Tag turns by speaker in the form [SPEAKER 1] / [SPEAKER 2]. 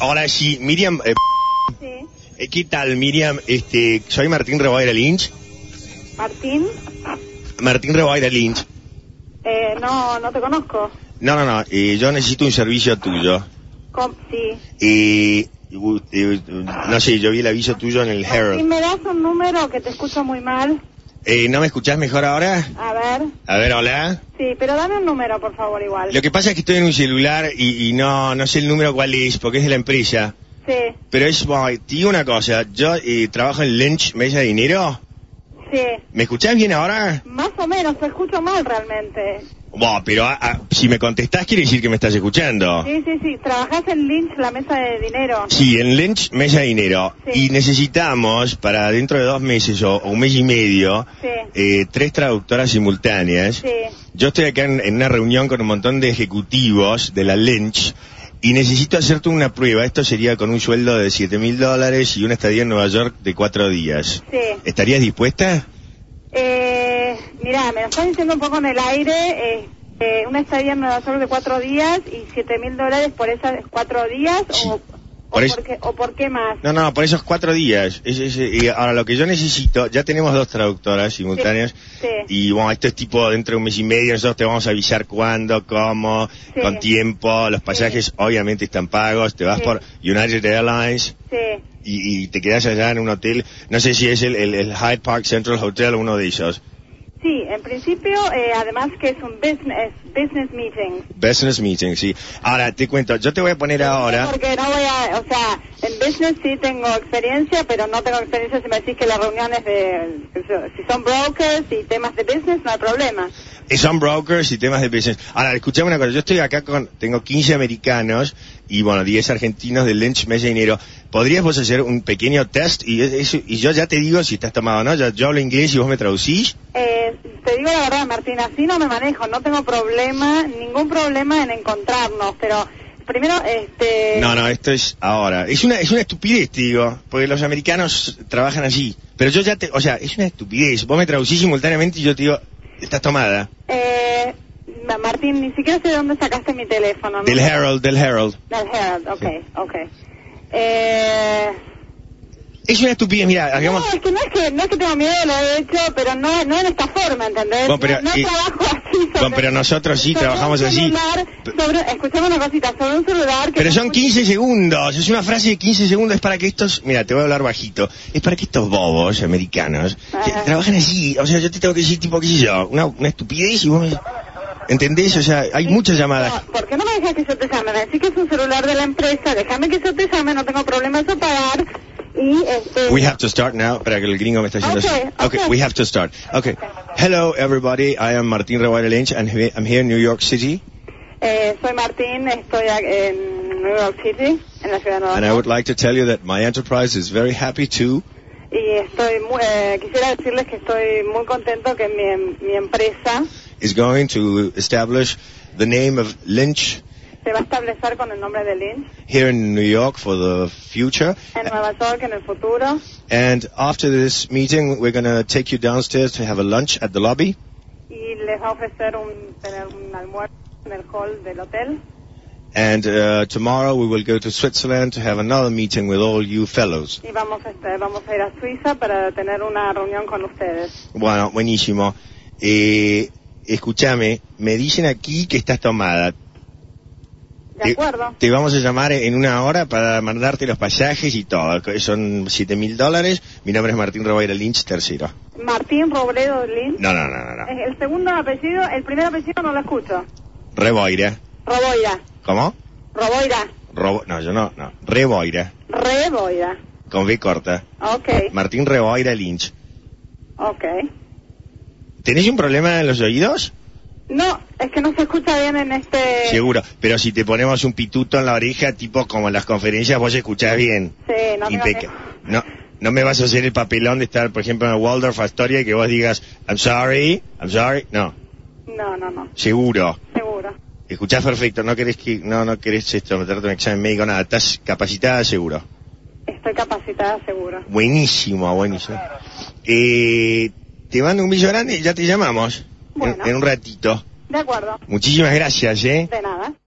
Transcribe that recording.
[SPEAKER 1] Ahora sí, Miriam, eh,
[SPEAKER 2] Sí.
[SPEAKER 1] eh, ¿qué tal Miriam? Este, soy Martín Rebaira Lynch.
[SPEAKER 2] Martín,
[SPEAKER 1] Martín Rebaira Lynch.
[SPEAKER 2] eh, no, no te conozco.
[SPEAKER 1] No, no, no, eh, yo necesito un servicio tuyo.
[SPEAKER 2] Com- sí.
[SPEAKER 1] Eh, u- eh, no sé, yo vi el aviso tuyo en el
[SPEAKER 2] Si
[SPEAKER 1] Herald.
[SPEAKER 2] me das un número que te escucho muy mal,
[SPEAKER 1] Eh, ¿No me escuchás mejor ahora?
[SPEAKER 2] a ver.
[SPEAKER 1] A ver, hola.
[SPEAKER 2] Sí, pero dame un número, por favor, igual.
[SPEAKER 1] Lo que pasa es que estoy en un celular y, y no, no sé el número cuál es, porque es de la empresa.
[SPEAKER 2] Sí,
[SPEAKER 1] Pero es, bueno, te digo una cosa, yo eh, trabajo en Lynch Mesa de Dinero.
[SPEAKER 2] sí.
[SPEAKER 1] ¿Me escuchás bien ahora?
[SPEAKER 2] Más o menos, te escucho mal realmente.
[SPEAKER 1] Bueno, pero ah, ah, si me contestás quiere decir que me estás escuchando.
[SPEAKER 2] Sí, sí, sí. Trabajás en Lynch, la mesa de dinero.
[SPEAKER 1] Sí, en Lynch Mesa de Dinero.
[SPEAKER 2] Sí.
[SPEAKER 1] Y necesitamos, para dentro de dos meses o, o un mes y medio,
[SPEAKER 2] Sí,
[SPEAKER 1] eh, tres traductoras simultáneas.
[SPEAKER 2] sí.
[SPEAKER 1] Yo estoy acá en, en una reunión con un montón de ejecutivos de la Lynch y necesito hacerte una prueba. Esto sería con un sueldo de 7 mil dólares y una estadía en Nueva York de cuatro días.
[SPEAKER 2] Sí.
[SPEAKER 1] ¿Estarías dispuesta?
[SPEAKER 2] Eh, mira, me lo estás diciendo un poco en el aire. eh, eh, una estadía en Nueva York de cuatro días y siete mil dólares por esas cuatro días
[SPEAKER 1] Sí.
[SPEAKER 2] o, o
[SPEAKER 1] Por
[SPEAKER 2] por
[SPEAKER 1] es-
[SPEAKER 2] qué, o por qué más.
[SPEAKER 1] No, no, por esos cuatro días. Es- es- eh, ahora, lo que yo necesito, ya tenemos dos traductoras simultáneas.
[SPEAKER 2] Sí,
[SPEAKER 1] Y bueno, esto es tipo dentro de un mes y medio, nosotros te vamos a avisar cuándo, cómo,
[SPEAKER 2] Sí.
[SPEAKER 1] con tiempo, los pasajes obviamente están pagos, te vas
[SPEAKER 2] Sí.
[SPEAKER 1] por United Airlines,
[SPEAKER 2] sí.
[SPEAKER 1] y, y te quedas allá en un hotel, no sé si es el, el, el Hyde Park Central Hotel o uno de ellos,
[SPEAKER 2] Sí, en principio, eh, además que es un business, business meeting.
[SPEAKER 1] business meeting, sí. Ahora te cuento, yo te voy a poner ahora,
[SPEAKER 2] Porque no voy a, o sea, en business sí tengo experiencia, pero no tengo experiencia si me decís que las reuniones de, si son brokers y temas de business, no hay problema.
[SPEAKER 1] eh, son brokers y temas de business. Ahora, escuchame una cosa, yo estoy acá con, tengo 15 americanos y bueno, 10 argentinos del Lynch Mesa de Dinero. ¿Podrías vos hacer un pequeño test y, es- es- y yo ya te digo si estás tomado o no? Yo, yo hablo inglés y vos me traducís.
[SPEAKER 2] Eh, te digo la verdad, Martín, así no me manejo, no tengo problema, ningún problema en encontrarnos, pero primero, este...
[SPEAKER 1] No, no, esto es ahora. Es una, es una estupidez, te digo, porque los americanos trabajan así. Pero yo ya te, o sea, es una estupidez. Vos me traducís simultáneamente y yo te digo, estás tomada.
[SPEAKER 2] Eh, Ma- Martín, ni siquiera sé de dónde sacaste mi teléfono. ¿no?
[SPEAKER 1] Del Herald, del Herald.
[SPEAKER 2] Del Herald, ok, ok. Eh,
[SPEAKER 1] Es una estupidez, mira,
[SPEAKER 2] no,
[SPEAKER 1] hagamos...
[SPEAKER 2] es que no es que, no es que tengo miedo, lo he hecho, pero no, no en esta forma, ¿entendés?
[SPEAKER 1] Bueno, pero,
[SPEAKER 2] no no
[SPEAKER 1] eh,
[SPEAKER 2] trabajo así. Sobre,
[SPEAKER 1] bueno, pero nosotros sí
[SPEAKER 2] sobre
[SPEAKER 1] trabajamos
[SPEAKER 2] un
[SPEAKER 1] así.
[SPEAKER 2] celular, Sobre, escuchame una cosita, sobre un celular... Que
[SPEAKER 1] Pero
[SPEAKER 2] no
[SPEAKER 1] son
[SPEAKER 2] escucha-
[SPEAKER 1] 15 segundos, es una frase de 15 segundos, es para que estos, mira, te voy a hablar bajito, es para que estos bobos americanos que
[SPEAKER 2] Ajá.
[SPEAKER 1] trabajan así, o sea, yo te tengo que decir tipo, qué sé yo, una, una estupidez y vos me... ¿Entendés? O sea, hay muchas llamadas.
[SPEAKER 2] No, ¿Por qué no me dejas que yo te llame? Me decís que es un celular de la empresa, déjame que yo te llame, no tengo problema eso pagar. Y este.
[SPEAKER 1] We have to start now. Para que el gringo me está haciendo
[SPEAKER 2] Okay,
[SPEAKER 1] así. okay,
[SPEAKER 2] okay.
[SPEAKER 1] we have to start. Okay. Hello, everybody. I am Martin Rawal Lynch, and he- I'm here in New York City,
[SPEAKER 2] eh, soy Martín, estoy a- en New York City, en la ciudad de Nueva
[SPEAKER 1] and I
[SPEAKER 2] York.
[SPEAKER 1] would like to tell you that my enterprise is very happy to.
[SPEAKER 2] Y estoy muy, eh, quisiera decirles que estoy muy contento que mi, em- mi empresa
[SPEAKER 1] is going to establish the name of Lynch
[SPEAKER 2] se va a establecer con el nombre de Lynch
[SPEAKER 1] here in New York for the future.
[SPEAKER 2] en Nueva York en el futuro.
[SPEAKER 1] And after this meeting, we're going to take you downstairs to have a lunch at the lobby.
[SPEAKER 2] Y les va a ofrecer un, tener un almuerzo en el hall del hotel.
[SPEAKER 1] And uh, tomorrow we will go to Switzerland to have another meeting with all you fellows.
[SPEAKER 2] Y vamos, este, vamos a ir a Suiza para tener una reunión con ustedes.
[SPEAKER 1] Bueno, buenísimo. Eh, escúchame, me dicen aquí que estás tomada.
[SPEAKER 2] De acuerdo.
[SPEAKER 1] Te vamos a llamar en una hora para mandarte los pasajes y todo. que Son siete mil dólares. Mi nombre es Martín Robaira Lynch, tercero.
[SPEAKER 2] Martín Robledo Lynch.
[SPEAKER 1] No, no, no, no. no.
[SPEAKER 2] Es El segundo apellido, el primer apellido no lo escucho.
[SPEAKER 1] Reboira.
[SPEAKER 2] Roboira.
[SPEAKER 1] ¿Cómo?
[SPEAKER 2] Roboira.
[SPEAKER 1] Robo- no, yo no, no. Reboira.
[SPEAKER 2] Reboira.
[SPEAKER 1] Con B corta.
[SPEAKER 2] Ok,
[SPEAKER 1] Martín Reboira Lynch.
[SPEAKER 2] ok.
[SPEAKER 1] ¿Tenés un problema en los oídos?
[SPEAKER 2] No, es que no se escucha bien en este...
[SPEAKER 1] Seguro. Pero si te ponemos un pituto en la oreja, tipo como en las conferencias, vos escuchás bien.
[SPEAKER 2] Sí, no tengo
[SPEAKER 1] Impeca-
[SPEAKER 2] que-
[SPEAKER 1] No, no me vas a hacer el papelón de estar, por ejemplo, en Waldorf Astoria y que vos digas, I'm sorry, I'm sorry. No,
[SPEAKER 2] No, no, no,
[SPEAKER 1] seguro.
[SPEAKER 2] seguro.
[SPEAKER 1] Escuchás perfecto, no querés que, no, no querés esto, meterte un examen médico, nada. Estás capacitada, seguro.
[SPEAKER 2] Estoy capacitada, seguro.
[SPEAKER 1] Buenísimo, buenísimo. Eh, te mando un beso grande y ya te llamamos. En-
[SPEAKER 2] Bueno.
[SPEAKER 1] En, un ratito.
[SPEAKER 2] De acuerdo,
[SPEAKER 1] Muchísimas gracias, ¿eh?
[SPEAKER 2] de nada.